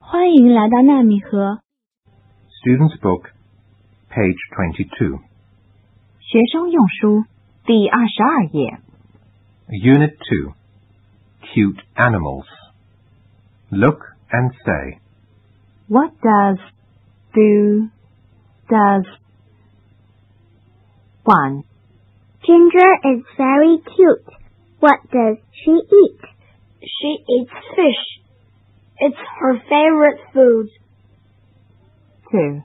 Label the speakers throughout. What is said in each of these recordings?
Speaker 1: 欢迎来到纳米河
Speaker 2: Student's Book, page 22,
Speaker 1: 学生用书第二十二页。
Speaker 2: Unit 2, Cute Animals. Look and say,
Speaker 1: What does do does one?
Speaker 3: Ginger is very cute. What does she eat? She eats fish. It's her favorite food.
Speaker 1: Two,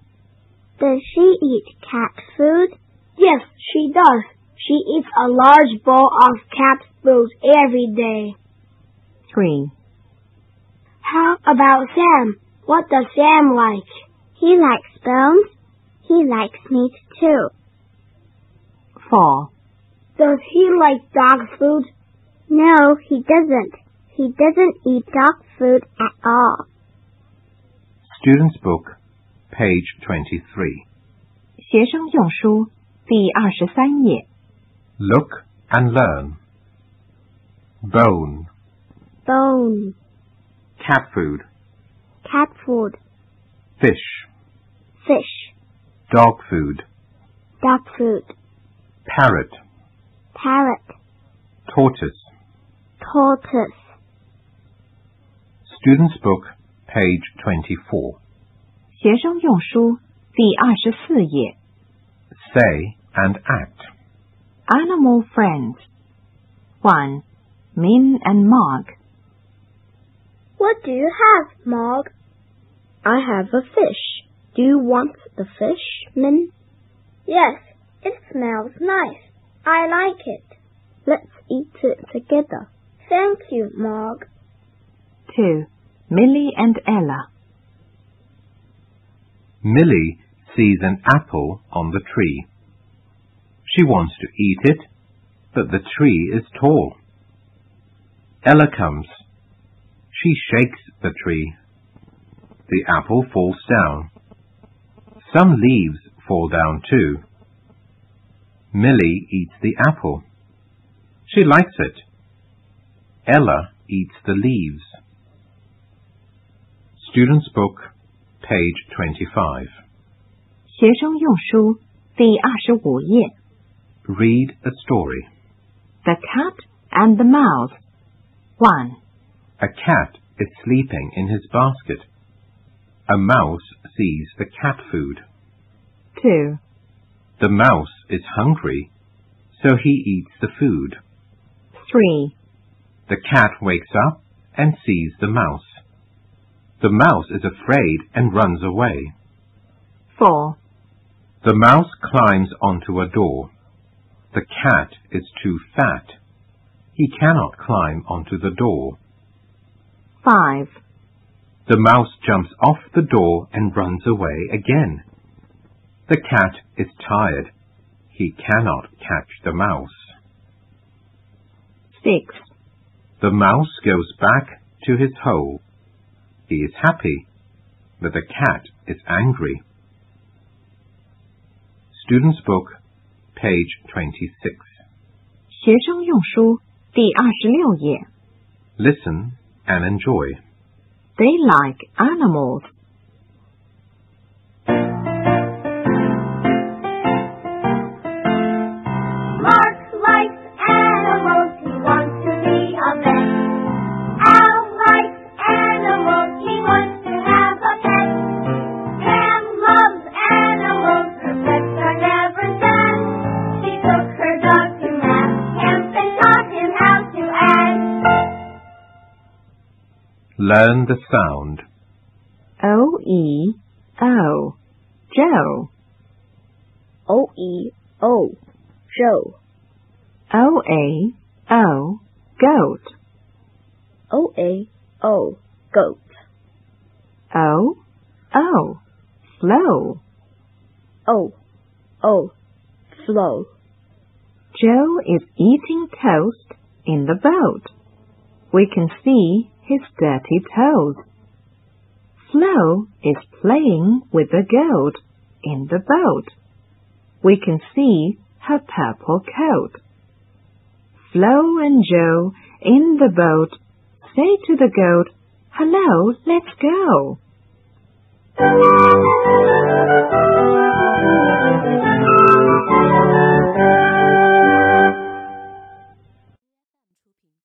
Speaker 3: Does she eat cat food? Yes, she does. She eats a large bowl of cat food every day.
Speaker 1: three,
Speaker 3: How about Sam? What does Sam like? He likes bones. He likes meat too.
Speaker 1: four,
Speaker 3: Does he like dog food? No, he doesn't. He doesn't eat dog food at all.
Speaker 2: Student's Book, page 23.
Speaker 1: 学生用书第二十三页。
Speaker 2: Look and learn. Bone,
Speaker 3: Bone,
Speaker 2: cat food,
Speaker 3: cat food,
Speaker 2: fish,
Speaker 3: fish,
Speaker 2: dog food,
Speaker 3: dog food,
Speaker 2: parrot,
Speaker 3: parrot,
Speaker 2: tortoise.
Speaker 3: tortoise,
Speaker 2: Student's Book, page 24.
Speaker 1: 学生用书第二十四页。
Speaker 2: Say and act.
Speaker 1: Animal friends. One, Min and Mark.
Speaker 3: What do you have, Mog? I have a fish. Do you want the fish, Min? Yes, it smells nice. I like it. Let's eat it together. Thank you, Mog.
Speaker 1: Two, Millie and Ella.
Speaker 2: Millie sees an apple on the tree. She wants to eat it, but the tree is tall. Ella comes. She shakes the tree. The apple falls down. Some leaves fall down too. Millie eats the apple. She likes it. Ella eats the leaves. Student's Book, page 25.
Speaker 1: 学生用书第二十五页。
Speaker 2: Read a story.
Speaker 1: The Cat and the Mouse. One,
Speaker 2: A cat is sleeping in his basket. A mouse sees the cat food.
Speaker 1: two,
Speaker 2: The mouse is hungry, so he eats the food.
Speaker 1: three,
Speaker 2: The cat wakes up and sees the mouse. The mouse is afraid and runs away.
Speaker 1: four,
Speaker 2: The mouse climbs onto a door. The cat is too fat. He cannot climb onto the door.
Speaker 1: five,
Speaker 2: The mouse jumps off the door and runs away again. The cat is tired. He cannot catch the mouse.
Speaker 1: six,
Speaker 2: The mouse goes back to his hole. He is happy, but the cat is angry. Student's Book, page 26.
Speaker 1: 学生用书第二十六页。
Speaker 2: Listen and enjoy.
Speaker 1: They like animals.
Speaker 3: Mark likes animals. He wants to be a vet. Al likes animals. He wants to have a pet. Pam loves animals. Her pets are never sad. She took her dog to math camp and taught him how to add.
Speaker 2: Learn the sound.
Speaker 1: O E O Joe.
Speaker 3: O E O, Joe.
Speaker 1: O A O Goat.
Speaker 3: O A O, goat.
Speaker 1: O O Slow.
Speaker 3: O O, flow.
Speaker 1: Joe is eating toast in the boat. We can see his dirty toes. Flo is playing with the goat in the boat. We can see her purple coat. Flo and Joe in the boat say to the goat, Hello, let's go.
Speaker 3: Thank you.